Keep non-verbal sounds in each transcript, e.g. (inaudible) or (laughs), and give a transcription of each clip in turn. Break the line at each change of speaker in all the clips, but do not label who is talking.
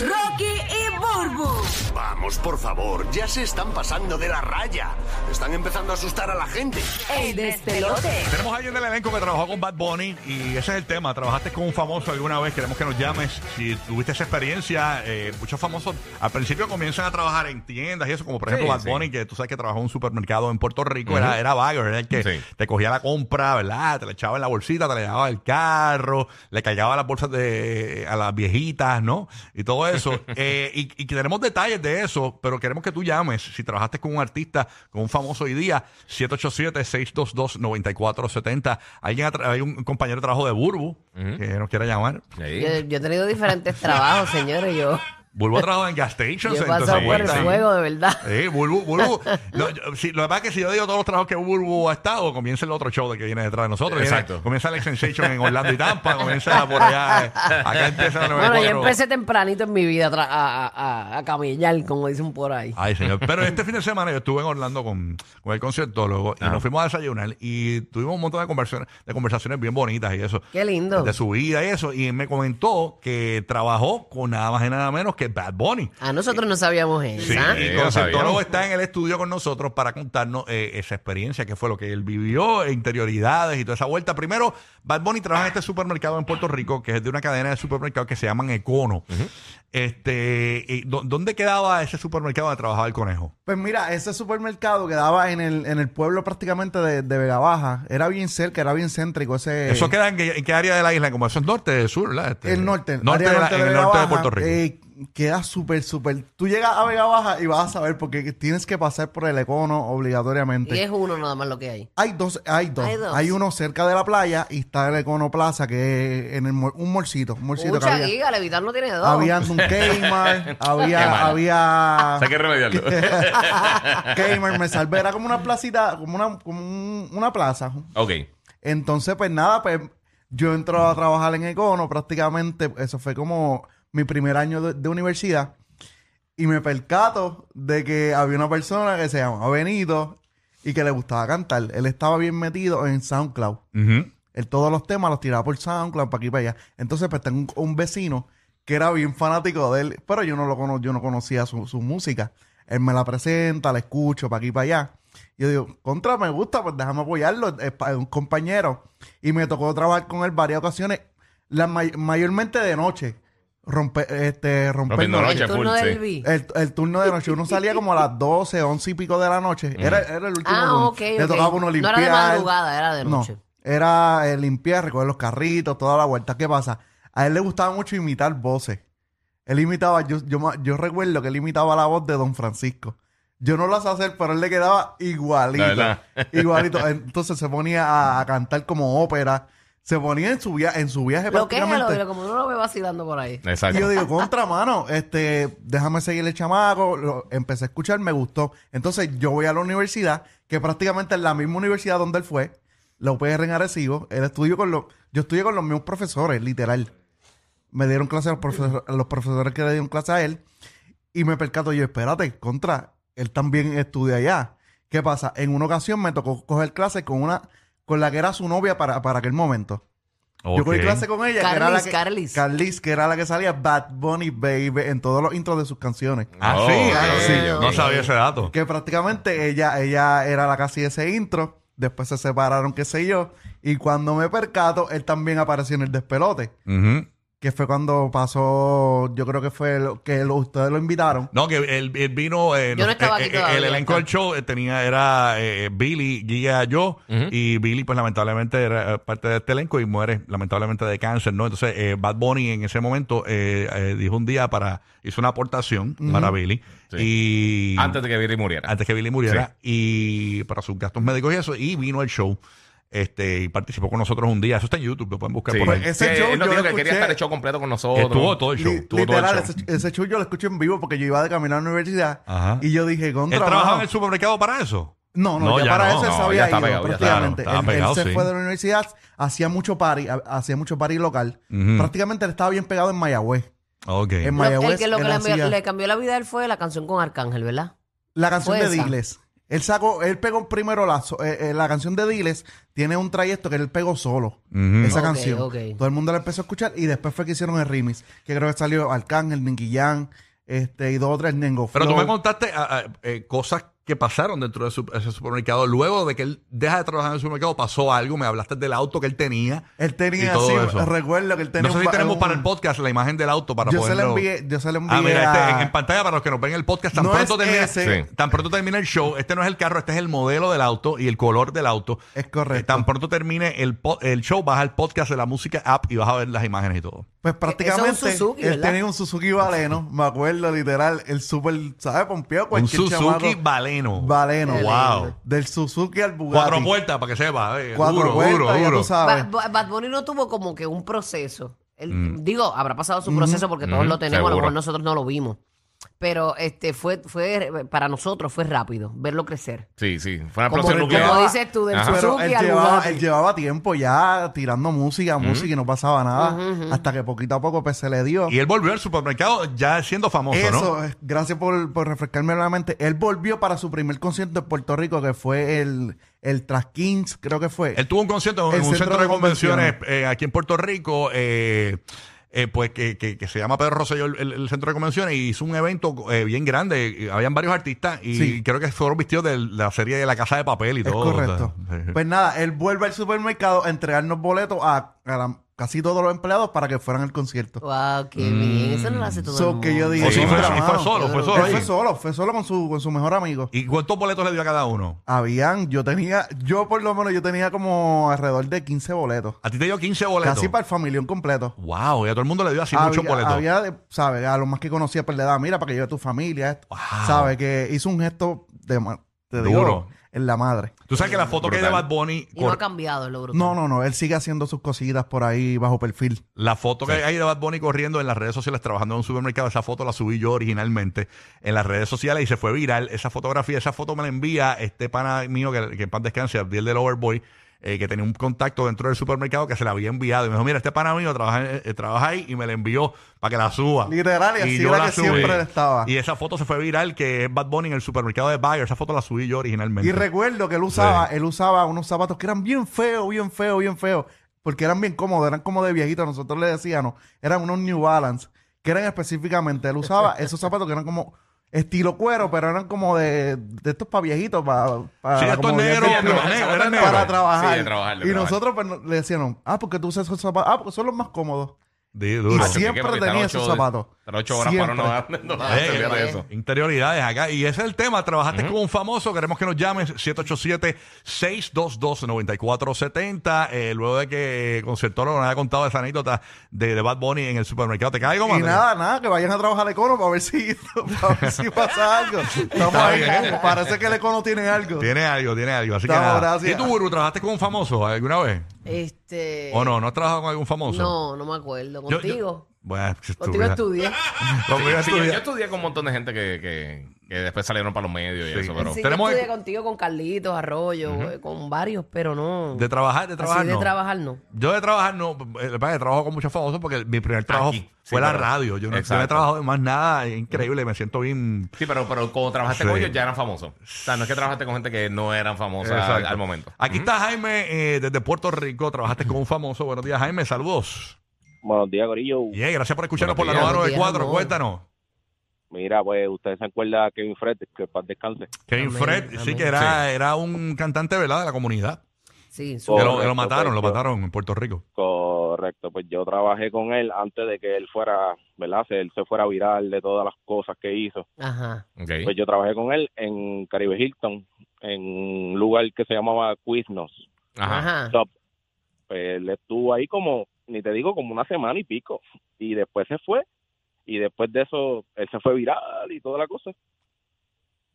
Rocky y Burbu.
Vamos, por favor, ya se están pasando de la raya. Están empezando a asustar a la gente.
El despelote.
Tenemos a alguien del elenco que trabajó con Bad Bunny y ese es el tema. Trabajaste con un famoso alguna vez, queremos que nos llames. Si tuviste esa experiencia, eh, muchos famosos al principio comienzan a trabajar en tiendas y eso, como por ejemplo
Sí,
Bad
sí.
Bunny, (laughs) que tú sabes que trabajó en un supermercado en Puerto Rico, era, era Bagger, era el que
Sí.
te cogía la compra, ¿verdad? Te la echaba en la bolsita, te la llevaba al carro, le cargaba las bolsas de, a las viejitas, ¿no? Y todo eso. Eh, y, y que tenemos detalles de eso, pero queremos que tú llames. Si trabajaste con un artista, con un famoso hoy día, 787-622-9470. Alguien, ha tra- hay un compañero de trabajo de Burbu que nos quiera llamar.
Ahí.
Yo, yo he tenido diferentes trabajos, señores. Yo,
Burbu ha trabajado en gas stations. en
yo he
toda esa
pasado por el
vuelta.
sí.
fuego, de
(laughs)
verdad.
Sí, Burbu,
(laughs)
Burbu. No, yo- si- lo que pasa es que si yo digo todos los trabajos que Burbu ha estado, comienza el otro show de que viene detrás de nosotros. Viene-
Exacto.
comienza Alex Sensation en Orlando y Tampa, comienza por allá. eh, acá empieza la
Bueno, yo
94.
empecé tempranito en mi vida tra- a, a- a- a camellar, como dicen por ahí.
Ay, señor. Pero este fin de semana yo estuve en Orlando con, con el conciertólogo y nos fuimos a desayunar y tuvimos un montón de conversaciones, de conversaciones bien bonitas y eso.
Qué lindo.
De su vida y eso. Y me comentó que trabajó con nada más y nada menos que Bad Bunny.
A nosotros no sabíamos eso.
Sí,
¿ah?
y
lo
conceptólogo
sabíamos.
está en el estudio con nosotros para contarnos eh, esa experiencia, que fue lo que él vivió, e interioridades y toda esa vuelta. Primero, Bad Bunny trabaja en este supermercado en Puerto Rico, que es de una cadena de supermercados que se llaman Econo. Este, y dó- ¿Dónde quedaba ese supermercado donde trabajaba el conejo?
Pues mira, ese supermercado quedaba en el, en el pueblo prácticamente de, de Vega Baja. Era bien cerca, era bien céntrico ese...
¿Eso queda en, qué- en qué área de la isla? Como eso es norte, sur, ¿verdad? Este,
Eh. El norte.
norte
área
de la- en el
Vega
norte de
Baja,
Puerto Rico.
eh, queda súper, súper... Tú llegas a Vega Baja y vas a saber porque tienes que pasar por el Econo obligatoriamente.
Y es uno nada más lo que hay.
Hay dos, hay dos.
Hay dos.
Hay uno cerca de la playa y está el Econo Plaza, que es en el, mol- un morcito. Un morcito que
Mucha
había.
guía, Levitar no tiene dos.
Había un
(laughs)
Kmart,
Qué mal.
había, había
O sea, hay que remediarlo.
(laughs) Kmart, me salvé. Era como una placita, como una, como un- una plaza.
(laughs) ok.
Entonces, pues nada, pues yo entro a trabajar en Econo prácticamente. Eso fue como mi primer año de, de universidad. Y me percato de que había una persona que se llamaba Benito y que le gustaba cantar. Él estaba bien metido en SoundCloud.
Ujú.
Él todos los temas los tiraba por SoundCloud, para aquí y para allá. Entonces, pues tengo un, un vecino que era bien fanático de él, pero yo no lo cono- yo no conocía su, su música. Él me la presenta, la escucho, para aquí y para allá. Yo digo, contra, me gusta, pues déjame apoyarlo, es pa- es un compañero. Y me tocó trabajar con él varias ocasiones, las may- mayormente de noche, rompe, este, rompiendo
Rompiendo
noche.
noche.
el turno
full,
del
sí.
B.
El, el turno de noche, uno salía como a las 12, 11 y pico de la noche.
Mm.
Era, era el último
Ah,
turno.
ok,
Le
ok.
tocaba a
No
uno
era de
limpiar.
madrugada, era de noche.
No, era eh, limpiar, recoger los carritos, toda la vuelta. ¿Qué pasa? A él le gustaba mucho imitar voces. Él imitaba, yo, yo, ma- yo recuerdo que él imitaba la voz de Don Francisco. Yo no lo sé hacer, pero él le quedaba igualito.
La verdad.
Igualito. Entonces se ponía a, a cantar como ópera. Se ponía en su, via- en su viaje
Lo que es
prácticamente.
lo pero como uno lo ve vacilando por ahí.
Y
Exacto.
yo digo, contra mano, este, déjame seguir el chamaco. Lo, empecé a escuchar, me gustó. Entonces yo voy a la universidad, que prácticamente es la misma universidad donde él fue, la UPR en Arecibo. Él estudió con los, yo estudié con los mismos profesores, literal. Me dieron clase a los, profesor- a los profesores que le dieron clase a él. Y me percato yo, espérate, contra, él también estudia allá. ¿Qué pasa? En una ocasión me tocó coger clase con una, con la que era su novia para, para aquel momento. Yo cogí
Ok.
clase con ella. que era la
Carlis,
que,
Carlis.
Carlis, que era la que salía Bad Bunny Baby en todos los intros de sus canciones.
Ah,
Oh,
sí,
ok,
ah, sí.
ok.
No sabía ese dato.
Que prácticamente ella, ella era la casi de ese intro. Después se separaron, qué sé yo. Y cuando me percato, él también apareció en el despelote.
Ujú.
Que fue cuando pasó, yo creo que fue lo, que lo- ustedes lo invitaron.
No, que él, él vino. eh,
Yo no
nos-
estaba
eh,
aquí
eh,
todavía,
El elenco del show eh, tenía, era eh, Billy, Guía, yo. Y Billy, pues lamentablemente, era eh, parte de este elenco y muere lamentablemente de cáncer, ¿no? Entonces, eh, Bad Bunny en ese momento eh, eh, dijo un día para. hizo una aportación para Billy. Y.
Antes de que Billy muriera.
antes que Billy muriera. Y para sus gastos médicos y eso. Y vino el show. Este, y participó con nosotros un día. Eso está en YouTube, lo pueden buscar
Sí.
por ahí.
Pues ese
Sí,
show
él no
yo
dijo
lo
que quería
escuché.
estar el show completo con nosotros.
Estuvo todo el show.
Li-
todo el
literal,
show.
ese, ese show yo lo escuché en vivo porque yo iba de camino a la universidad.
Ajá.
Y yo dije,
¿Él
contra.
trabajaba
mano".
en el supermercado para eso?
No, no,
No,
ya,
ya
para
no,
eso él
no,
se
ya
había
está
ido
pegado, ya está,
prácticamente.
estaba
él, él
pegado,
se
sí.
fue de la universidad, hacía mucho party, ha- hacía mucho party local.
Ujú.
Prácticamente él estaba bien pegado en Mayagüez.
Ok.
En
Lo, el
Mayagüez
que lo que
él
le,
hacía-
le cambió la vida a él fue la canción con Arcángel, ¿verdad?
la canción
fue
de
esa.
Digles. Él sacó, él pegó primero la, so- eh, eh, la canción de Diles, tiene un trayecto que él pegó solo. Esa
Ok,
canción.
ok.
Todo el mundo la empezó a escuchar y después fue que hicieron el remix, que creo que salió Arcángel, Nicky Jam, este, y dos o tres Nengo
Pero tú
Flow.
me contaste ah, ah, eh, cosas que pasaron dentro de su- ese supermercado. Luego de que él deja de trabajar en el supermercado, pasó algo. Me hablaste del auto que él tenía.
Él
y
tenía
todo
así,
eso.
recuerdo que él tenía
No sé si
ba-
tenemos para el podcast la imagen del auto para
Yo se la
poderlo...
envié, yo se la envié
Ah, mira, este,
a-
en, en pantalla para los que nos ven el podcast, tan,
No
pronto
es
termina,
ese.
Sí.
tan pronto termina el show. Este no es el carro, este es el modelo del auto y el color del auto.
Es correcto.
Eh, Tan pronto termine el, po- el show, vas al podcast de la música app y vas a ver las imágenes y todo.
Pues prácticamente
Eso es un Suzuki,
él
¿verdad?
tenía un Suzuki Valeno, me acuerdo literal, el super, ¿sabes? Pompeo,
Un
cualquier
Suzuki
Pues chamaco.
Baleno.
Valeno.
Wow.
Del Suzuki al Bugatti.
Cuatro puertas para que sepa. eh,
Cuatro
duro,
puertas,
duro,
ya
duro.
tú sabes.
Ba- Ba- Bad Bunny no tuvo como que un proceso. Él-
Mm.
Digo, habrá pasado
Mm-hmm.
su proceso porque todos
Mm,
lo tenemos, a lo
seguro.
mejor nosotros no lo vimos. Pero este fue, fue para nosotros fue rápido verlo crecer.
Sí, sí. Fue una
Como
explosión
el
nuclear.
Como dices tú, del
Ajá.
Pero
Suzuki
él
al
llevaba,
Bugatti.
él llevaba tiempo ya tirando música, música y no pasaba nada. Hasta que poquito a poco pues, se le dio.
Y él volvió al supermercado ya siendo famoso,
Eso,
¿no?
eh, gracias por, por refrescarme nuevamente. Él volvió para su primer concierto en Puerto Rico, que fue el, el Tras Kings, creo que fue.
Él tuvo un concierto en
El
un centro, de convenciones,
convenciones.
eh, aquí en Puerto Rico, eh, eh, pues que, que- que se llama Pedro Rosselló el, el- el centro de convenciones, y hizo un evento eh, bien grande. y Habían varios artistas y
Sí.
creo que fueron vestidos de la serie de La Casa de Papel y
Es
todo. o sea,
correcto.
(laughs) sí.
Pues nada, él vuelve al supermercado a entregarnos boletos a, a la- casi todos los empleados para que fueran al concierto.
Wow, qué bien. Oh, Eso
Mm.
no lo hace todo
So
el mundo.
que yo digo,
O sí,
"Ah,
fue-
bravo".
y fue solo, fue solo.
Él fue
sí.
solo, fue solo con su, con su mejor amigo.
¿Y cuántos boletos le dio a cada uno?
Habían, yo tenía, yo por lo menos yo tenía como alrededor de 15 boletos.
A ti te dio 15 boletos.
Casi para el familión completo.
Wow, y a todo el mundo le dio así muchos boletos.
había de- ¿sabes? A los más que conocía, pues le daba, mira, para que lleve tu familia, esto.
Wow.
¿Sabes? Que hizo un gesto de, ma- te digo,
Duro.
en la madre.
Tú sabes que la foto que hay de
Brutal.
Bad Bunny.
Y no ha
cor-
cambiado lo brutal.
No, no, no, él sigue haciendo sus cositas por ahí bajo perfil.
La foto que hay de Bad Bunny corriendo en las redes sociales trabajando en un supermercado, esa foto la subí yo originalmente en las redes sociales y se fue viral. Esa fotografía, esa foto me la envía este pana mío que, que en paz descanse, Abdiel del Overboy, eh, que tenía un contacto dentro del supermercado que se la había enviado. Y me dijo, mira, este pana mío trabaja, eh, trabaja ahí y me la envió para que la suba.
Literal, y así era que siempre él estaba.
Y esa foto se fue viral, que es Bad Bunny en el supermercado de Bayer. Esa foto la subí yo originalmente.
Y recuerdo que él usaba, él usaba unos zapatos que eran bien feos, bien feos, bien feos, porque eran bien cómodos, eran como de viejito, nosotros le decíamos, eran unos New Balance, que eran específicamente,
(laughs)
él usaba esos zapatos que eran como estilo cuero, pero eran como de, de estos para viejitos, para... para
Sí,
la
estos
comodidad
negros,
que-
pero negro, era negro.
Para trabajar.
Sí, de trabajar, de
y
trabajar.
nosotros pues, no- le decíamos, ah, porque tú usas esos zapatos, ah, porque son los más cómodos.
Di- duro.
Así siempre tenía esos zapatos.
Pero ocho horas para
Siempre.
no dar. No, no,
Eh,
se olvida de
eh,
Ah, eso.
Interioridades acá. Y ese es el tema. Trabajaste con un famoso. Queremos que nos llames 787-622-9470. Eh, luego de que Concertoro nos haya contado esa anécdota de, de Bad Bunny en el supermercado. ¿Te caigo,
Y nada, nada, que vayan a trabajar al Econo para ver si, (laughs) para ver si pasa algo. Estamos ahí,
bien.
parece que el Econo tiene algo.
Tiene algo, tiene algo. Así que
Estamos,
nada.
gracias.
¿Y tú, Guru, trabajaste con un famoso alguna vez?
Este.
¿O no? ¿No has trabajado con algún famoso?
No, no me acuerdo.
Yo- yo-
Contigo.
bueno, si
Contigo
estuviera- (laughs)
estudié.
Conmigo
Sí, yo,
estuviera-
yo estudié con un montón de gente que, que, que después salieron para los medios
Sí.
y eso, pero.
Sí,
tenemos-
yo estudié contigo, con Carlitos, Arroyo, eh, con varios, pero no.
De trabajar, de trabajar
Así de
no.
trabajar no.
Yo de trabajar no, eh, lo que pasa es que trabajo con muchos famosos porque mi primer trabajo
Aquí, sí,
fue la
pero-
radio. Yo no, yo no he
Exacto.
trabajado en más nada, es increíble, me siento bien.
Sí, pero, pero cuando trabajaste
Sí.
con ellos ya eran famosos. O sea, no es que trabajaste con gente que no eran famosas al,
Exacto.
al momento.
Aquí está Jaime eh, desde Puerto Rico, trabajaste con un famoso. Buenos días, Jaime, saludos.
Buenos días, Gorillo.
Y eh, gracias por escucharnos por
Buenos
la
días.
994,
Buenos días,
cuéntanos.
Mira, pues ustedes se acuerdan de Kevin Fred, que paz descanse.
Kevin
Amén,
Fred, sí
amén.
que era, era un cantante, ¿verdad? De la comunidad.
Sí,
Que lo- que lo,
Correcto,
mataron, lo
correcto.
mataron en Puerto Rico.
Correcto, pues yo trabajé con él antes de que él fuera, ¿verdad? Se- Él se fuera viral de todas las cosas que hizo.
Ajá.
Ok.
Pues yo trabajé con él en Caribe Hilton, en un lugar que se llamaba Quiznos.
Ajá.
Ajá.
Top. Pues él estuvo ahí como, ni te digo, como una semana y pico. Y después se fue. Y después de eso, él se fue viral y toda la cosa.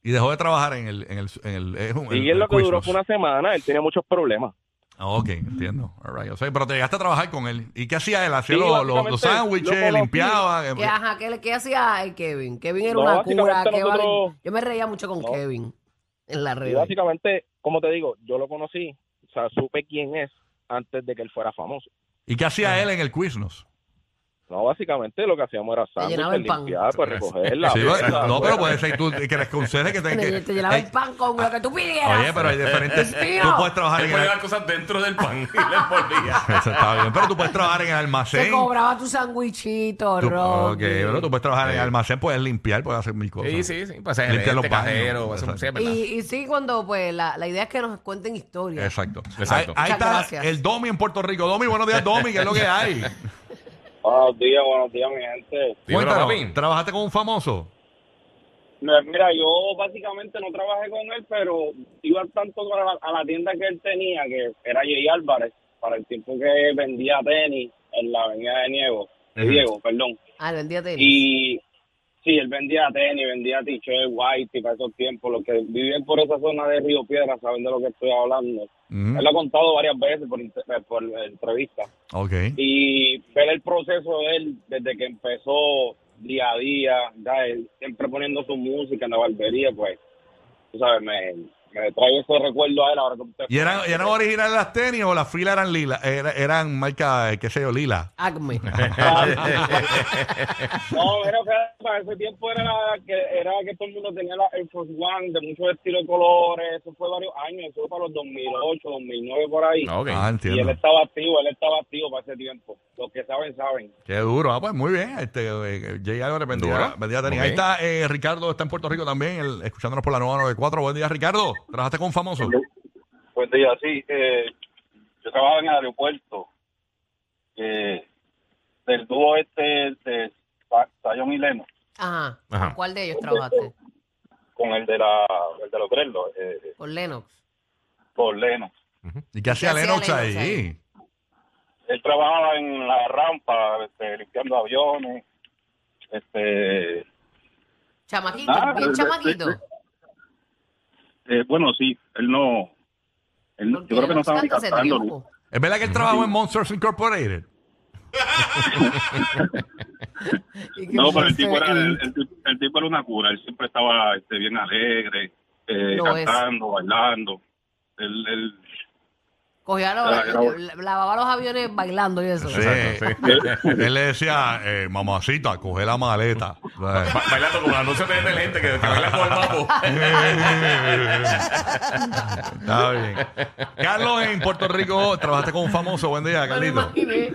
Y dejó de trabajar en el. En el, en el, es un- en
Y él
el
lo que duró
Quiznos.
fue una semana. Él tenía muchos problemas.
Ah, ok, entiendo. All right. O sea, pero te llegaste a trabajar con él. ¿Y qué hacía él? Hacía
Sí,
los- los- los
básicamente, lo
sándwiches,
conocí.
limpiaba. eh,
¿Qué, ajá, ¿qué, le- qué hacía el Kevin? Kevin era
No,
una cura.
básicamente
qué vale-
nosotros-
Yo me reía mucho con
No.
Kevin en la
Y
red.
básicamente, como te digo, yo lo conocí, o sea, supe quién es antes de que él fuera famoso.
¿Y qué hacía él en el Quiznos?
No, básicamente lo que hacíamos era
llenaba
sándwiches,
el pan.
limpiar, pues recoger la
Sí,
mesa,
pero- no, pero
pues,
puede ser tú que les concedes que te,
(laughs) Te,
que-
te llenaba
hay-
el pan con lo que tú
Oye,
pidieras.
pues,
(laughs)
pero hay diferentes.
Dios mío.
Tú puedes trabajar
Él
en
ponía
el.
las cosas dentro del pan y le (laughs) ponía.
Eso está bien, pero tú puedes trabajar en el
Te
almacén.
cobraba tu sándwichito,
Tú,
Rocky.
ok, pero tú puedes trabajar en el almacén, puedes limpiar, puedes hacer mil cosas.
Sí, sí, sí. Pues el
Limpia los
este
baños.
cajero. eso- sí, es
y,
verdad.
y sí, cuando pues la, la idea es que nos cuenten historias.
Exacto.
Exacto.
Ahí, ahí
Muchas
está
gracias.
el Domi en Puerto Rico. Domi, buenos días, Domi, ¿qué es lo que hay?
Buenos días, buenos días, mi gente.
(laughs) Dímelo,
Cuéntanos,
papi.
¿trabajaste con un famoso?
No, Mira, yo básicamente no trabajé con él, pero iba tanto a la, a la tienda que él tenía, que era Jay Álvarez, para el tiempo que vendía tenis en la avenida de Niego, de
Ujú.
Diego, perdón.
Ah, vendía tenis.
Y sí, él vendía tenis, vendía t-shirt, white, y para esos tiempos, los que viven por esa zona de Río Piedra saben de lo que estoy hablando.
Mm,
Mm-hmm.
Él lo ha contado varias veces por, inter- eh, por entrevista.
ok.
y ver el proceso de él desde que empezó día a día, ya él siempre poniendo su música en la barbería, pues, tú sabes, me, me trae ese recuerdo a él ahora que usted...
¿Y eran, y eran originales las tenis o las filas eran lila? Era- eran marca, eh, qué sé yo, lila. (laughs)
Acme.
No, era que para ese tiempo era la que, era que todo el mundo tenía la Air Force One de muchos estilos de colores, eso fue varios años, eso fue para los 2008, 2009 por ahí.
Ok.
Ah,
y él
entiendo.
estaba activo, él estaba activo para ese tiempo. Los que saben, saben.
Qué duro. Ah, pues muy bien. Este, eh, Jay Álvarez vendía,
Duro.
vendía tenis.
Ok.
Ahí está eh, Ricardo, está en Puerto Rico también, el- escuchándonos por la 994. Buen día, Ricardo. ¿Trabajaste con un famoso?
Pues diga, sí, eh, yo trabajaba en el aeropuerto eh, del dúo este de Sa- Sayón y Leno,
Ajá.
Ajá.
¿Con ¿Cuál de ellos trabajaste?
con el de la el de los Grellos, eh,
Con Lennox.
con Leno.
¿Y qué hacía
hacía
Lennox
Lennox
ahí?
ahí?
Él trabajaba en la rampa, este, limpiando aviones, este,
Chamaquito,
Ah,
bien
el-
chamaquito.
el- eh, bueno, sí, él no, él, yo
Porque
creo que no
Lennox
estaba ni
canta hace
cantando.
tiempo.
¿Es verdad que él trabajó en Monsters Incorporated?
Y que
No,
(laughs)
pero el
fue-
tipo, era, el, el tipo- el tipo era una cura, él siempre estaba este, bien alegre, eh,
Lo es.
cantando, bailando. Él, él,
Cogía los, eh,
Era- era-
la- lavaba los aviones bailando y eso.
Sí. Eh, (laughs) Él le decía, eh, mamacita, coge la maleta.
Ba- Bailando como anuncios de detergente que, que baila con el mapo.
Está bien. Carlos, en Puerto Rico, trabajaste con un famoso. Buen día,
Me lo
Carlito.
imaginé.
Te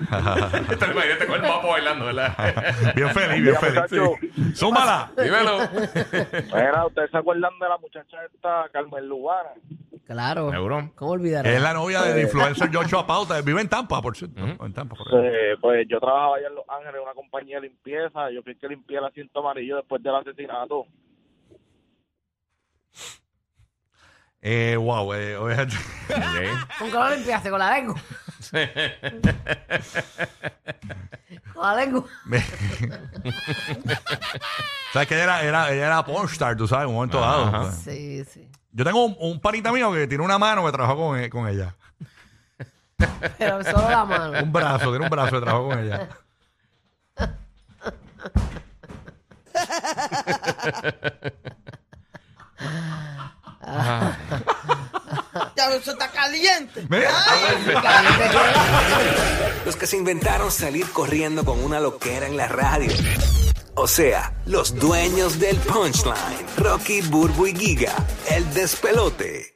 lo imaginaste Este, con el mapo bailando, ¿verdad?
(laughs) Bien feliz, bien
Buen día, muchacho.
feliz. Súmala.
Dímelo.
Mira, ¿ustedes se acuerdan de la muchacha esta, Carmen Lubana?
Claro.
Seguro.
¿Cómo olvidar?
Que es la novia del influencer Joshua Pauta. Vive en Tampa, por cierto. En Tampa, por ahí.
Eh, pues yo trabajaba allá en Los Ángeles en una compañía de limpieza. Yo fui que limpié el asiento amarillo después del asesinato.
Eh, wow, eh, oye, (laughs)
¿Con qué lo limpiaste? ¿Con la lengua? Con la lengua.
me- ¿Sabes que ella era, era, ella era pornstar, tú sabes, en un momento dado. pues.
Ajá.
Sí, sí.
Yo tengo un, un panita mío que tiene una mano que trabajó con, e, con ella.
Pero solo la mano.
Un brazo, tiene un brazo que trabajó con ella.
Ya eso está caliente.
Los que se inventaron salir corriendo con una loquera en la radio. O sea, los dueños del punchline. Rocky, Burbu y Giga. El despelote.